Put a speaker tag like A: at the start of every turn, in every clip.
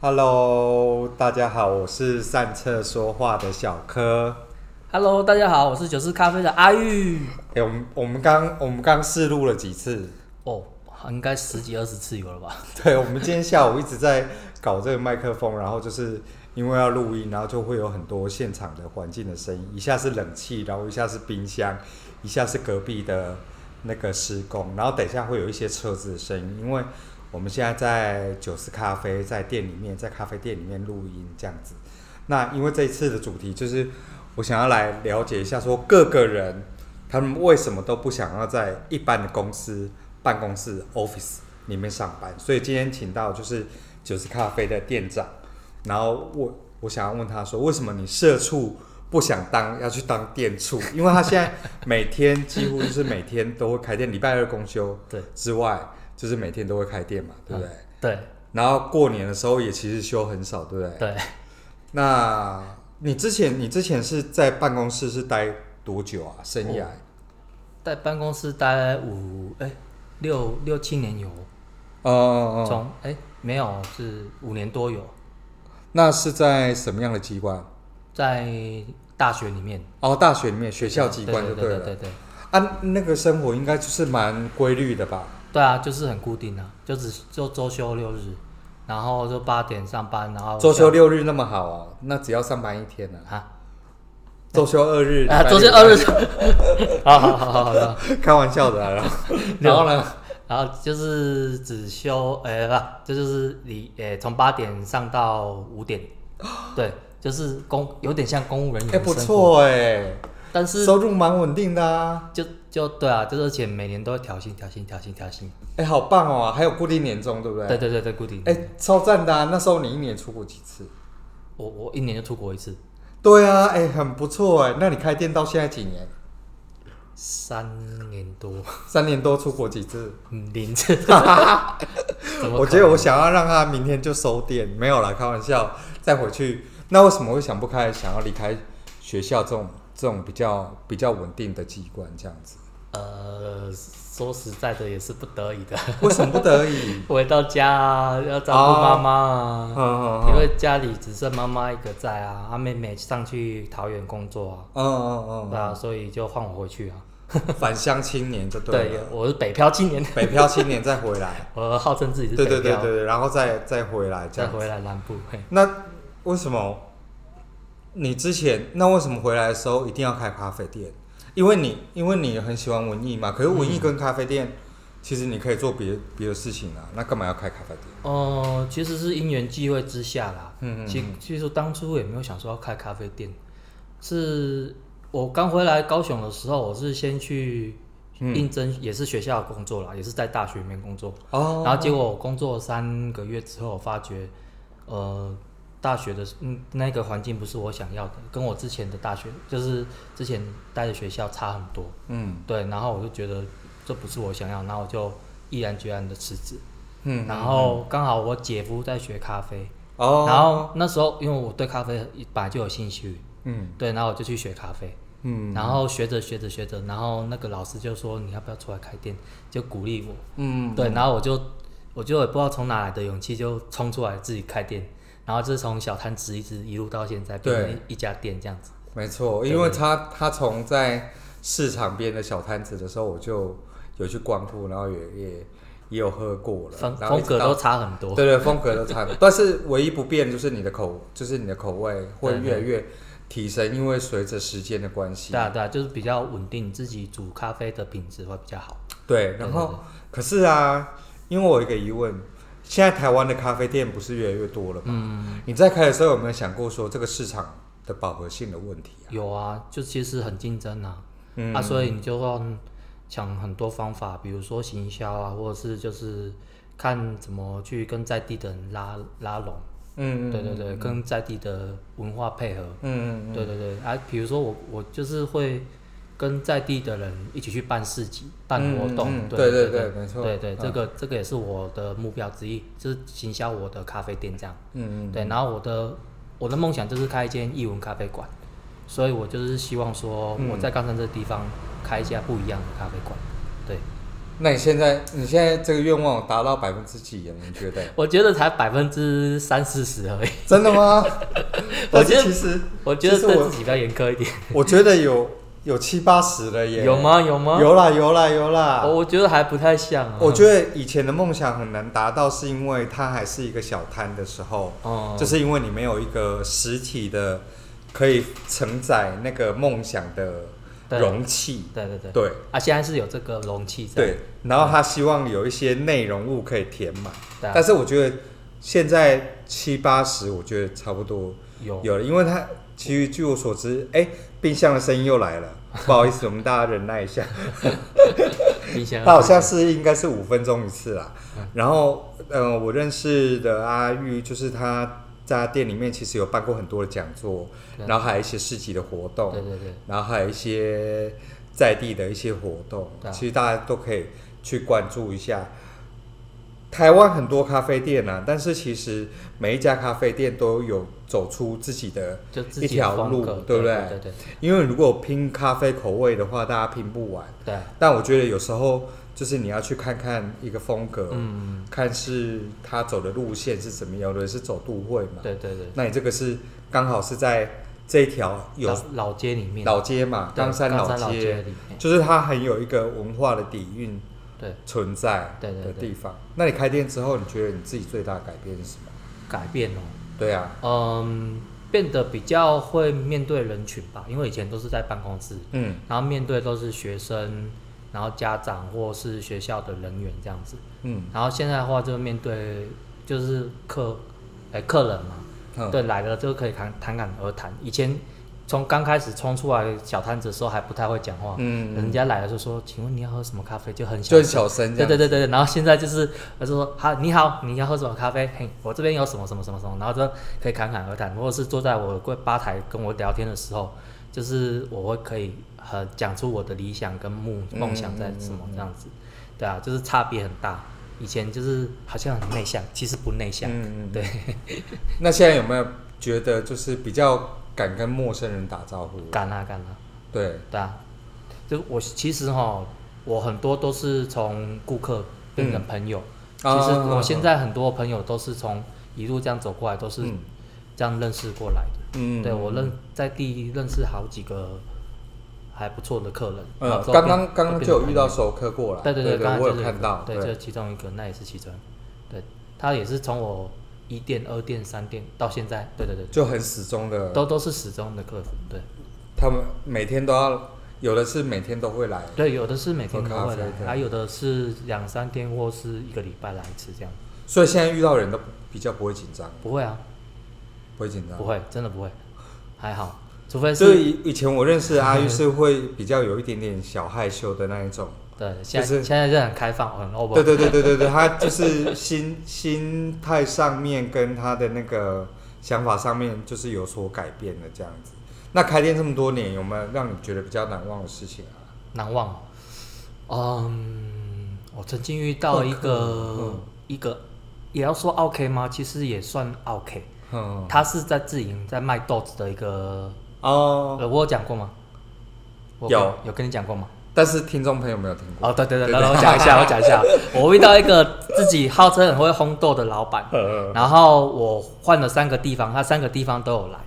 A: Hello，大家好，我是善策说话的小柯。
B: Hello，大家好，我是九四咖啡的阿玉。
A: 哎、我们我们刚我们刚试录了几次？
B: 哦，应该十几二十次有了吧？
A: 对，我们今天下午一直在搞这个麦克风，然后就是因为要录音，然后就会有很多现场的环境的声音，一下是冷气，然后一下是冰箱，一下是隔壁的那个施工，然后等一下会有一些车子的声音，因为我们现在在九四咖啡在店里面，在咖啡店里面录音这样子。那因为这一次的主题就是我想要来了解一下，说各个人他们为什么都不想要在一般的公司办公室 office 里面上班，所以今天请到就是九十咖啡的店长，然后我我想要问他说，为什么你社畜不想当，要去当店畜？因为他现在每天几乎就是每天都会开店，礼拜二公休
B: 对
A: 之外，就是每天都会开店嘛，对不对？
B: 嗯对
A: 然后过年的时候也其实休很少，对不对？
B: 对，
A: 那你之前你之前是在办公室是待多久啊？生涯、
B: 在办公室待五哎、六六七年有，
A: 哦哦哦，
B: 从哎、没有是五年多有，
A: 那是在什么样的机关？
B: 在大学里面
A: 哦，大学里面学校机关就
B: 对
A: 了
B: 对对对对
A: 啊。那个生活应该就是蛮规律的吧？
B: 对啊，就是很固定啊，就只就周休六日，然后就八点上班，然后
A: 周休六日那么好哦，那只要上班一天呢、啊。
B: 啊
A: 周休二日
B: 啊，周休二日，好好好好好的。
A: 日， 开玩笑的啊、然后然后呢？
B: 然后就是只休，呃，不，这就是你，呃，从八点上到五点，对，就是公有点像公务人员
A: 哦哎、
B: 的生活，
A: 不错哎、
B: 但是
A: 收入蛮稳定的啊。
B: 就就对啊，就是而且每年都会调薪，调薪，调薪，调薪，
A: 哎、好棒哦，还有固定年终，对不对？
B: 对对对对，固定。
A: 哎、超赞的啊！那时候你一年出国几次？
B: 我我一年就出国一次，
A: 对啊，哎、很不错哎、那你开店到现在几 年？
B: 三年多，
A: 三年多出国几次？
B: 嗯零次， 怎么
A: 我
B: 可
A: 觉得我想要让他明天就收店，没有啦，开玩笑，再回去。那为什么会想不开，想要离开学校这种这种比较比较稳定的机关这样子？
B: 呃，说实在的也是不得已的，
A: 为什么不得已？
B: 回到家啊要照
A: 哦
B: 顾妈妈啊。
A: 嗯嗯
B: 因
A: 嗯
B: 为家里只剩妈妈一个在啊，她妹妹上去桃园工作啊，
A: 嗯嗯
B: 对啊，所以就换我回去啊。
A: 嗯，返乡青年就对啊
B: 对
A: 了，，
B: 我是北漂青年，
A: 北漂青年再回来，
B: 我号称自己是
A: 对对
B: 北
A: 对对
B: 漂，
A: 对，然后再再回来这
B: 再
A: 样子。
B: 回来南部。嘿
A: 那为什么你之前那为什么回来的时候一定要开咖啡店？因为你因为你很喜欢文艺嘛，可是文艺跟咖啡店，其实你可以做别别的事情啊，那干嘛要开咖啡店？
B: 哦，其实是因缘际会之下啦。
A: 嗯嗯
B: 其其实当初也没有想说要开咖啡店，是我刚回来高雄的时候，我是先去
A: 嗯
B: 应征，也是学校的工作啦，也是在大学里面工作。
A: 哦，
B: 然后结果我工作三个月之后，我发觉，呃，大学的嗯那个环境不是我想要的，跟我之前的大学就是之前待的学校差很多。
A: 嗯
B: 对，然后我就觉得这不是我想要，然后我就毅然决然的辞职。
A: 嗯，
B: 然后刚好我姐夫在学咖啡，
A: 哦，
B: 然后那时候因为我对咖啡本来就有兴趣，
A: 嗯
B: 对，然后我就去学咖啡。
A: 嗯
B: 然后学着学着学着，然后那个老师就说你要不要出来开店，就鼓励我，
A: 嗯，
B: 对，然后我就我就也不知道从哪来的勇气，就冲出来自己开店，然后就是从小摊子一直一路到现在变成
A: 对
B: 一家店这样子。
A: 没错，因为他他从在市场边的小摊子的时候，我就有去光顾，然后也也也有喝过了，
B: 风
A: 然后一
B: 风
A: 直
B: 格
A: 到
B: 都差很多，
A: 对对，风格都差 不多，但是唯一不变就是你的口，就是你的口味
B: 嗯
A: 会越来越提升，因为随着时间的关系
B: 对。啊对啊，就是比较稳定，自己煮咖啡的品质会比较好。
A: 对，然后可是啊，因为我有一个疑问，现在台湾的咖啡店不是越来越多了吗？
B: 嗯，
A: 你在开的时候有没有想过说这个市场的饱和性的问题啊？
B: 有啊，就其实很竞争啊，
A: 嗯
B: 啊，所以你就要想很多方法，比如说行销啊，或者是就是看怎么去跟在地的人拉拉拢，
A: 嗯，嗯
B: 对对，对，跟在地的文化配合，
A: 嗯嗯
B: 对对对，啊，比如说我我就是会跟在地的人一起去办市集、办活动，
A: 嗯嗯嗯
B: 对
A: 对
B: 对
A: 对
B: 对
A: 对没错
B: 对对，
A: 嗯
B: 这个这个也是我的目标之一，就是行销我的咖啡店这样。
A: 嗯嗯，
B: 对，然后我的我的梦想就是开一间艺文咖啡馆，所以我就是希望说
A: 嗯
B: 我在冈山这个地方开一家不一样的咖啡馆，对，
A: 那你现在你现在这个愿望有达到百分之几啊？你觉 得？
B: 我觉得才百分之三四十而已。
A: 真的吗？
B: 我
A: 但
B: 觉
A: 是
B: 得
A: 其实
B: 我觉得
A: 其实
B: 对
A: 我
B: 自己比较严苛一点。
A: 我觉得有有七八十了耶。
B: 有？吗？有吗？哦
A: 有啦有啦有啦。
B: 我我觉得还不太像、啊。
A: 我觉得以前的梦想很难达到，是因为它还是一个小摊的时候，
B: 哦、
A: 就是因为你没有一个实体的可以承载那个梦想的
B: 对
A: 容器。
B: 对对对
A: 对
B: 啊，现在是有这个容器在。
A: 对，然后他希望有一些内容物可以填满，
B: 对啊
A: 但是我觉得现在七八十，我觉得差不多
B: 有
A: 有了，因为他其实据我所 知，哎、冰箱的声音又来了，不好意思，我们大家忍耐一 下。
B: 冰箱。
A: 它好像是应该是五分钟一次啦。
B: 嗯
A: 然后，呃，我认识的阿玉，就是他在店里面其实有办过很多的讲座，
B: 对
A: 然后还有一些市集的活动，
B: 对对对
A: 然后还有一些在地的一些活动，
B: 对啊
A: 其实大家都可以去关注一下。台湾很多咖啡店啊，但是其实每一家咖啡店都有走出自己的
B: 就自
A: 一
B: 己的
A: 条
B: 风
A: 路，
B: 格，
A: 对不
B: 对？对对
A: 因为如果拼咖啡口味的话，大家拼不完。
B: 对，
A: 但我觉得有时候就是你要去看看一个风格，
B: 嗯，
A: 看是他走的路线是怎么样，有的人是走都会嘛，
B: 对对对，
A: 那你这个是刚好是在这一条有
B: 老老街里面，
A: 老街嘛，
B: 对
A: 冈山
B: 冈
A: 老
B: 山老
A: 街，
B: 街里面，
A: 就是它很有一个文化的底蕴
B: 对，
A: 存在
B: 对对
A: 的
B: 对
A: 地方。那你开店之后，你觉得你自己最大的改变是什么？
B: 改变哦，
A: 对啊，
B: 嗯，变得比较会面对人群吧，因为以前都是在办公室，
A: 嗯
B: 然后面对都是学生，然后家长或是学校的人员这样子，
A: 嗯
B: 然后现在的话就面对就是客，哎、客人嘛，
A: 嗯，
B: 对，来了就可以侃侃侃而谈。以前从刚开始冲出来小摊子的时候还不太会讲话，
A: 嗯
B: 人家来了就说：“请问你要喝什么咖啡？”就很
A: 就
B: 小
A: 很小声这
B: 对
A: 样，
B: 对对对，对然后现在就是他说好，你好，你要喝什么咖啡？嘿，我这边有什么什么什么什么，然后就可以侃侃而谈，或者是坐在我柜吧台跟我聊天的时候，就是我会可以呃讲出我的理想跟梦梦想在什么这样子，对啊，就是差别很大。以前就是好像很内向，其实不内向，
A: 嗯嗯
B: 对，
A: 那现在有没有觉得就是比较敢跟陌生人打招呼？
B: 干啊干啊，
A: 对，
B: 对啊，就我其实哈，我很多都是从顾客变成朋友。
A: 啊
B: 其实我现在很多朋友都是从一路这样走过来，都是
A: 嗯
B: 这样认识过来的。
A: 嗯
B: 对我认在地认识好几个还不错的客人。然
A: 呃，
B: 后之后
A: 刚
B: 变
A: 刚刚刚就有遇到。熟客过来，
B: 变成朋友
A: 对
B: 对对，刚刚
A: 我
B: 就
A: 有
B: 是
A: 看到，
B: 对，这是其中一个，那也是其中一个。对，他也是从我一店、二店、三店到现在，对对对，
A: 就很始终的，
B: 都都是始终的客服。对
A: 他们每天都要，有的是每天都会来，
B: 对，有的是每天
A: 喝
B: 都
A: 咖
B: 会
A: 啡
B: 来，
A: 对
B: 还有的是两三天或是一个礼拜来一次这样。
A: 所以现在遇到人都比较不会紧张，
B: 不会啊，
A: 不会紧张
B: 不，会，真的不会，还好，除非
A: 所
B: 是
A: 以以前我认识的阿玉是会比较有一点点小害羞的那一种，
B: 对，现在、
A: 就是
B: 现在就很开放，很
A: 对
B: open。
A: 对对对对对，他就是心心态上面跟他的那个想法上面就是有所改变的这样子。那开店这么多年，有没有让你觉得比较难忘的事情啊？
B: 难忘哦。嗯，我曾经遇到一个、
A: 嗯
B: 一个，也要说 OK 吗？其实也算 OK。
A: 嗯，
B: 他是在自营在卖豆子的一个，
A: 哦，
B: 呃，我有讲过吗？我
A: 有
B: 有跟你讲过吗？
A: 但是听众朋友没有听过。
B: 哦，对对对，来来我 讲一下，我讲一下，我遇到一个自己号称很会烘豆的老板，
A: 呃，
B: 然后我换了三个地方，他三个地方都有来，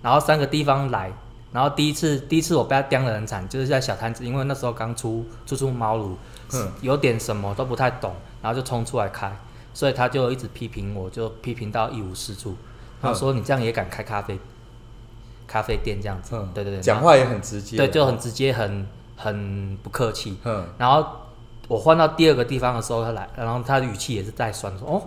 B: 然后三个地方来，然后第一次第一次我被他刁得很惨，就是在小摊子，因为那时候刚出初出茅庐，
A: 嗯
B: 有点什么都不太懂，然后就冲出来开，所以他就一直批评我，就批评到一无是处。
A: 嗯
B: 他说：“你这样也敢开咖啡咖啡店这样子？”
A: 嗯
B: 对对对，
A: 讲话也很直接，
B: 对就很直接，很很不客气。
A: 嗯，
B: 然后我换到第二个地方的时候，他来，然后他的语气也是带酸，说：“哦，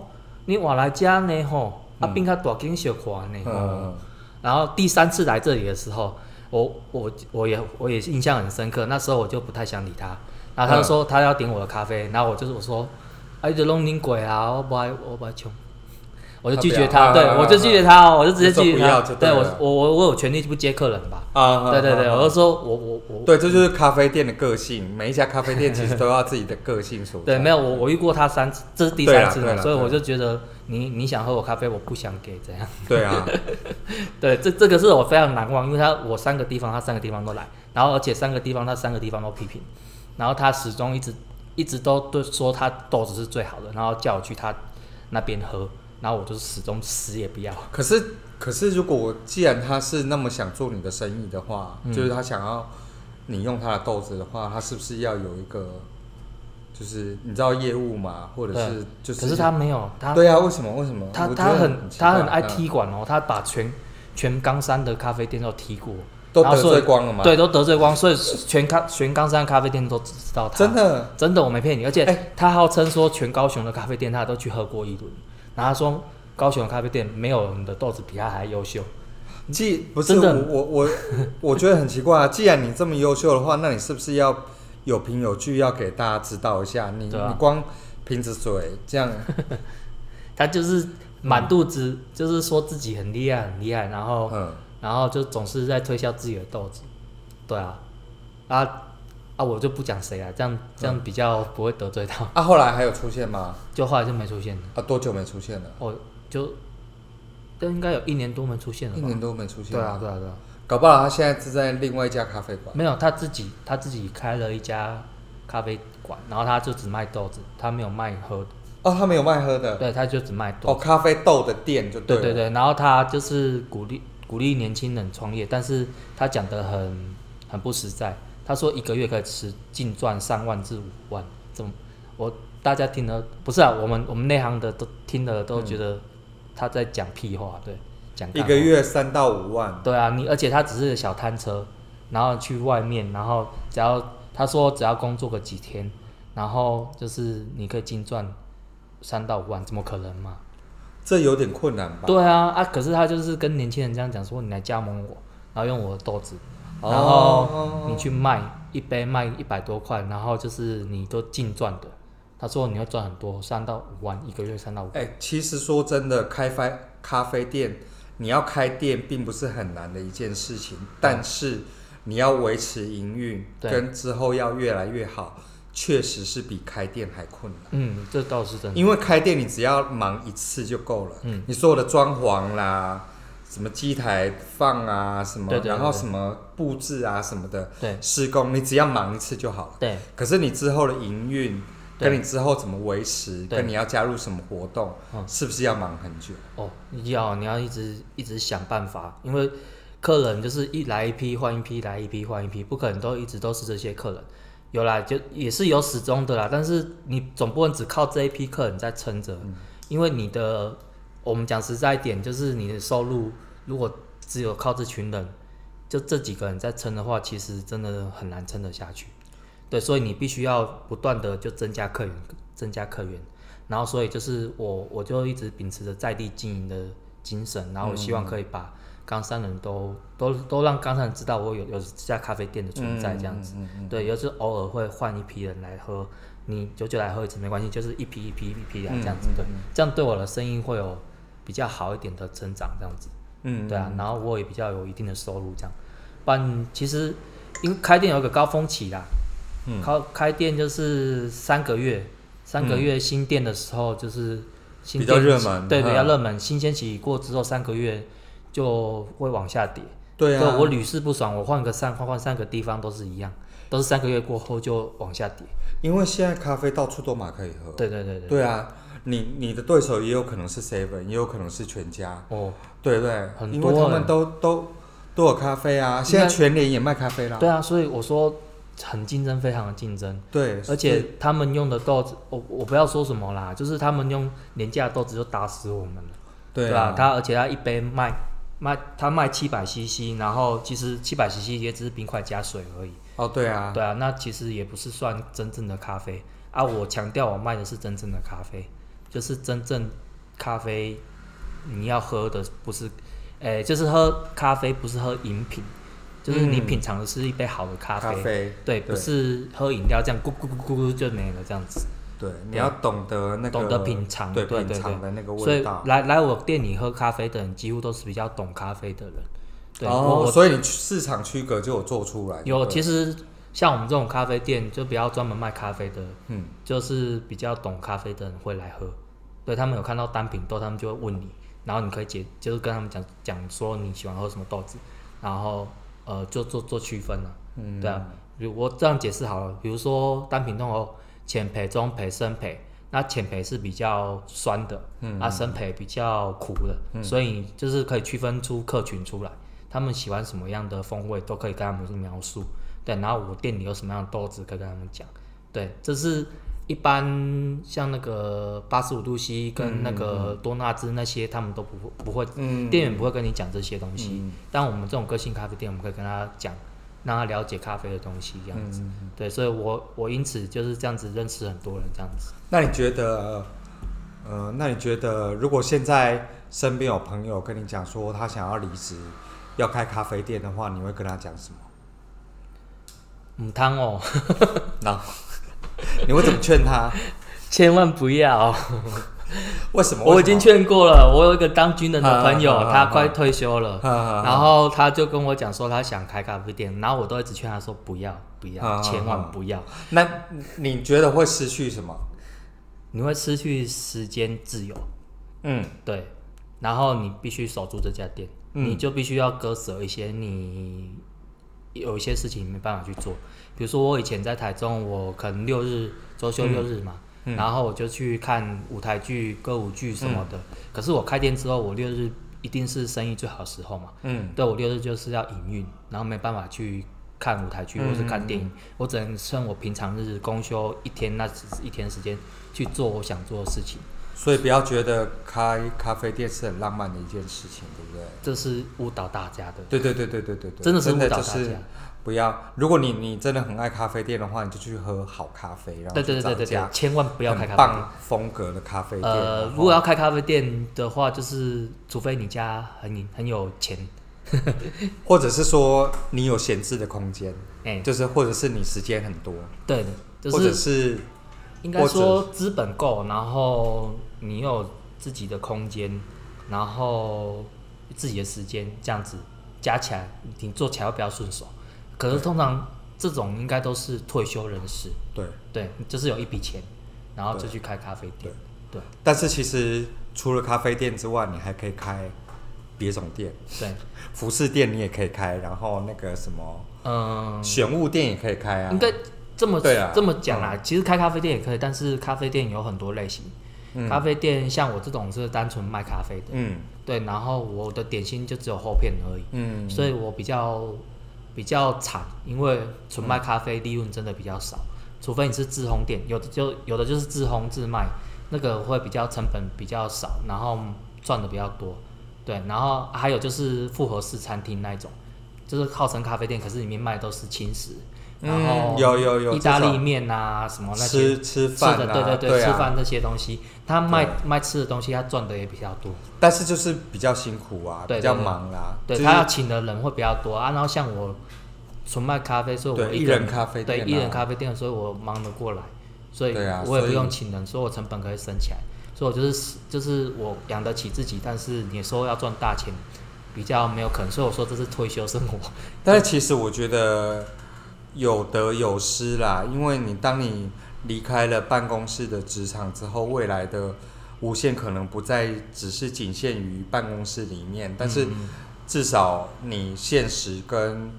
B: 你我来家呢吼，啊，并较大间小款呢
A: 嗯
B: 吼。
A: 嗯
B: 然后第三次来这里的时候，我我我也我也印象很深刻，那时候我就不太想理他，然后他就
A: 嗯
B: 说他要点我的咖啡，然后我就是我说，哎，就弄你鬼啊，我不爱我不爱穷。我就拒绝
A: 他
B: 他，
A: 不要
B: 对
A: 啊啊啊
B: 我就拒绝他哦，我就直接拒
A: 就说不
B: 绝
A: 要
B: 他
A: 就。对
B: 对我
A: 了，
B: 我我我有权利不接客人吧？
A: 啊
B: 对对对，我就
A: 我
B: 说我我我嗯
A: 对，这就是咖啡店的个性，每一家咖啡店其实都要自己的个性所在。
B: 对，没有我我遇过他三次，这是第三
A: 对啦
B: 次
A: 对
B: 嘛，
A: 啦
B: 所以
A: 对啦
B: 我就觉得你你想喝我咖啡，我不想给怎样？
A: 对 啊，
B: 对，这这个是我非常难忘，因为他我三个地方他三个地方都来，然后而且三个地方他三个地方都批评，然后他始终一直一直都对说他豆子是最好的，然后叫我去他那边喝，然后我就是始终死也不要。
A: 可是，可是，如果我既然他是那么想做你的生意的话，
B: 嗯
A: 就是他想要你用他的豆子的话，他是不是要有一个，就是你知道业务嘛，或者是就是？
B: 可是他没有，他
A: 对啊，为什么？为什么？
B: 他
A: 我觉
B: 他
A: 得
B: 很
A: 奇怪
B: 他很爱
A: 嗯
B: 踢馆哦，他把全全冈山的咖啡店都踢过，
A: 都
B: 然后
A: 得
B: 所以
A: 罪光了嘛？
B: 对，，都得罪光，所以全冈全冈山咖啡店都知道他。
A: 真的，
B: 真的，我没骗你，而且
A: 哎
B: 他号称说全高雄的咖啡店他都去喝过一轮，然后他说高雄的咖啡店没有你的豆子比他还优秀。
A: 既不是
B: 真
A: 我
B: 的
A: 我我我觉得很奇怪啊。既然你这么优秀的话，那你是不是要有凭有据，要给大家知道一下？你、
B: 对啊
A: 你光凭着嘴这样，
B: 他就是满肚子、就是说自己很厉害很厉害，然后、
A: 嗯，
B: 然后就总是在推销自己的豆子，对啊，啊啊我就不讲谁了，这
A: 嗯
B: 样这样比较不会得罪他，
A: 啊，后来还有出现吗？
B: 就后来就没出现了，
A: 啊，多久没出现了？
B: 哦就都应该有一年多没出现了
A: 一
B: 吧？
A: 年多没出现。
B: 对啊对啊对啊，
A: 搞不好他现在是在另外一家咖啡馆。
B: 没有他自己他自己开了一家咖啡馆，然后他就只卖豆子，他没有卖喝的，
A: 哦，他没有卖喝的。
B: 对，他就只卖豆
A: 哦，咖啡豆的店就
B: 对
A: 了。
B: 对对，然后他就是鼓励鼓励年轻人创业，但是他讲的很很不实在。他说一个月可以吃净赚三万至五万，怎么我大家听了不是啊？我们我们内行的都听了都觉得他在讲屁话，对，讲干
A: 一
B: 话
A: 个月三到五万。
B: 对啊，你而且他只是小摊车，然后去外面，然后只要他说只要工作个几天，然后就是你可以净赚三到五万，怎么可能嘛？
A: 这有点困难吧？
B: 对啊，啊，可是他就是跟年轻人这样讲说，你来加盟我，然后用我的豆子，
A: 哦
B: 然后你去卖一杯卖一百多块，然后就是你都净赚的。他说你会赚很多，三到五万一个月，三到五。
A: 哎、其实说真的，开啡咖啡店，你要开店并不是很难的一件事情，但是你要维持营运，
B: 对
A: 跟之后要越来越好，确实是比开店还困难。
B: 嗯，这倒是真的。
A: 因为开店你只要忙一次就够了，
B: 嗯
A: 你所有的装潢啦，什么机台放啊，什么，
B: 对对对
A: 然后什么布置啊什么的，
B: 对
A: 施工你只要忙一次就好了。
B: 对
A: 可是你之后的营运，
B: 对
A: 跟你之后怎么维持，
B: 对
A: 跟你要加入什么活动
B: 嗯，
A: 是不是要忙很久？
B: 哦，要你要一直一直想办法，因为客人就是一来一批换一批，来一批换一批，不可能都一直都是这些客人。有啦，就也是有始终的啦，但是你总不能只靠这一批客人在撑着，因为你的我们讲实在一点，就是你的收入如果只有靠这群人，就这几个人在撑的话，其实真的很难撑得下去。对，所以你必须要不断的就增加客源，增加客源，然后所以就是我我就一直秉持着在地经营的精神，然后我希望可以把冈山人都、都都让冈山人知道我有有这家咖啡店的存在这样子。
A: 嗯，嗯嗯嗯
B: 对，也就是偶尔会换一批人来喝，你久久来喝一次没关系，就是一批一批一批来这样子，
A: 嗯嗯
B: 对，这样对我的生意会有比较好一点的增长，这样子，
A: 嗯，
B: 对啊，然后我也比较有一定的收入这样，不然其实因为开店有一个高峰期啦，
A: 嗯
B: 靠开店就是三个月，三个月新店的时候就是新
A: 比较
B: 店
A: 热门
B: 对，比较
A: 嗯
B: 热门，新鲜期过之后三个月就会往下跌，
A: 对啊，
B: 我屡试不爽，我换个三换换三个地方都是一样，都是三个月过后就往下跌。
A: 因为现在咖啡到处都嘛可以喝，
B: 对对对对。
A: 对啊，你你的对手也有可能是 Seven，也有可能是全家，
B: 哦，
A: 对不对，
B: 很
A: 因
B: 多
A: 为他
B: 欸
A: 们都都都有咖啡啊，现在全联也卖咖啡啦，
B: 对啊，所以我说很竞争，非常的竞争，
A: 对，
B: 而
A: 所以
B: 且他们用的豆子，我我不要说什么啦，就是他们用廉价的豆子就打死我们了，
A: 对
B: 吧、
A: 啊，
B: 他而且他一杯卖卖他卖七百 CC，然后其实七百 CC 也只是冰块加水而已，
A: 哦对啊，
B: 对啊，那其实也不是算真正的咖啡啊。我强调我卖的是真正的咖啡，就是真正咖啡你要喝的不是，诶、就是喝咖啡不是喝饮品，就是你
A: 嗯
B: 品尝的是一杯好的咖啡，
A: 咖啡，
B: 对，不是喝饮料这样咕咕咕咕咕就没了这样子。
A: 对，你要懂得那个
B: 懂得品尝
A: 对
B: 对对
A: 品尝
B: 对
A: 的那个
B: 所
A: 味
B: 以
A: 道。
B: 来来我店里喝咖啡的人，几乎都是比较懂咖啡的人。对，我
A: 哦，
B: 我
A: 所以你市场区隔就有做出来，
B: 有，其
A: 实
B: 实像我们这种咖啡店，就比较专门卖咖啡的，
A: 嗯，
B: 就是比较懂咖啡的人会来喝，对他们有看到单品豆，他们就会问你，然后你可以解，就是跟他们讲讲说你喜欢喝什么豆子，然后呃就做做区分了、
A: 嗯
B: 对啊，比如我这样解释好了，比如说单品豆哦，浅焙、中焙、深焙。那浅焙是比较酸的，
A: 嗯
B: 啊，深焙比较苦的，所以就是可以区分出客群出来，他们喜欢什么样的风味都可以跟他们描述。对，然后我店里有什么样的豆子可以跟他们讲。对，这是一般像那个八十五度 C 跟那个多纳兹那些，他们都不不会，
A: 嗯
B: 店员不会跟你讲这些东西。
A: 嗯
B: 但我们这种个性咖啡店，我们可以跟他讲，让他了解咖啡的东西这样
A: 嗯
B: 子。对，所以我我因此就是这样子认识很多人这样子。
A: 那你觉得，呃，那你觉得如果现在身边有朋友跟你讲说他想要离职，要开咖啡店的话，你会跟他讲什么？
B: 嗯，汤哦，
A: 然后 你会怎么劝他？
B: 千万 不要！哦
A: 为什么？
B: 我已经
A: 为什么，
B: 劝过了，我有一个当军人的朋友，
A: 啊啊啊
B: 他快退休了，
A: 啊
B: 然后他就跟我讲说他想开咖啡店，然后我都一直劝他说不要不要，
A: 啊啊啊
B: 千万不要，
A: 那你觉得会失去什么？
B: 你会失去时间自由，
A: 嗯
B: 对，然后你必须守住这家店，
A: 嗯
B: 你就必须要割舍一些你有一些事情没办法去做，比如说我以前在台中，我可能六日周休六日嘛。
A: 嗯
B: 然后我就去看舞台剧、歌舞剧什么的。
A: 嗯
B: 可是我开店之后，我六日一定是生意最好的时候嘛。
A: 嗯
B: 对我六日就是要营运，然后没办法去看舞台剧
A: 嗯
B: 或是看电影，我只能趁我平常日公休一天那只一天时间去做我想做的事情。
A: 所以不要觉得开咖啡店是很浪漫的一件事情，对不对？
B: 这是误导大家的，
A: 对对对对对对对，
B: 真的是误导
A: 就
B: 大
A: 是
B: 家。
A: 不要。如果你你真的很爱咖啡店的话，你就去喝好咖啡，然后
B: 对对对对对对，千万不
A: 不
B: 要开咖啡店。
A: 棒风格的咖啡店。
B: 呃，
A: 然后
B: 如果要开咖啡店的话，就是除非你家很很有钱，
A: 或者是说你有闲置的空间，
B: 哎、
A: 就是或者是你时间很多，
B: 对的，就
A: 或
B: 是
A: 者是
B: 应该说资本够，然后你有自己的空间，然后自己的时间，这样子加起来，你做起来会比较顺手。可是通常这种应该都是退休人士，
A: 对。
B: 对，就是有一笔钱，然后就
A: 对
B: 去开咖啡店。对
A: 但是其实除了咖啡店之外，你还可以开别种店，
B: 对，
A: 服饰店你也可以开，然后那个什么
B: 嗯，
A: 玄物店也可以开啊。
B: 应该这么
A: 对啊
B: 这么讲啦。其实开咖啡店也可以，但是咖啡店有很多类型。
A: 嗯
B: 咖啡店像我这种是单纯卖咖啡的，
A: 嗯
B: 对，然后我的点心就只有厚片而已。
A: 嗯，
B: 所以我比较比较惨，因为纯卖咖啡利润真的比较少，除非你是自烘店，有的就有的就是自烘自卖，那个会比较成本比较少，然后赚的比较多，对，然后还有就是复合式餐厅那一种，就是号称咖啡店，可是里面卖的都是轻食，然后
A: 嗯有有有
B: 意大
A: 这
B: 利
A: 种
B: 面啊什么那些
A: 吃吃
B: 吃
A: 饭
B: 的，
A: 啊，
B: 对对对，
A: 对
B: 吃
A: 啊
B: 饭这些东西，他卖
A: 对
B: 卖吃的东西，他赚的也比较多。
A: 但是就是比较辛苦啊，
B: 对
A: 比较忙啦，
B: 对
A: 就是
B: 他要请的人会比较多啊。然后像我纯卖咖啡，所以我
A: 对
B: 一
A: 一
B: 个
A: 人咖啡店啊
B: 对一人咖啡店，所以我忙得过来，所以
A: 对啊
B: 我也不
A: 所以
B: 用请人，所以我成本可以省起来。所以我就是就是我养得起自己，但是你说要赚大钱，比较没有可能。所以我说这是退休生活。
A: 但是其实我觉得有得有失啦，因为你当你离开了办公室的职场之后，未来的无限可能不再只是仅限于办公室里面，但是
B: 嗯
A: 至少你现实跟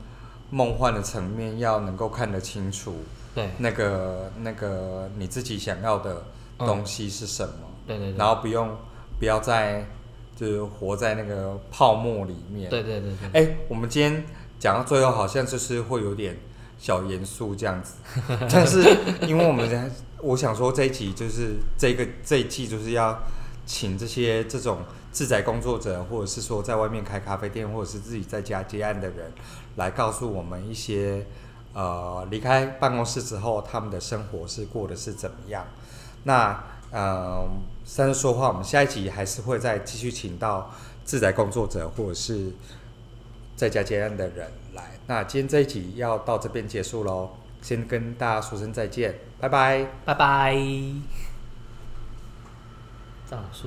A: 梦幻的层面要能够看得清楚，
B: 对
A: 那个那个你自己想要的东西是什么，
B: 对嗯对对
A: 然后不用不要再就是活在那个泡沫里面，
B: 对对对对，
A: 哎、我们今天讲到最后，好像就是会有点小严肃这 样子，但是因为我们我想说这一集就是这个这一季就是要请这些这种自宅工作者，或者是说在外面开咖啡店，或者是自己在家接案的人，来告诉我们一些呃离开办公室之后他们的生活是过的是怎么样。那呃，三人说话，我们下一集还是会再继续请到自宅工作者或者是在家接案的人来。那今天这一集要到这边结束喽，先跟大家说 声再见，拜拜。
B: 拜拜。这样说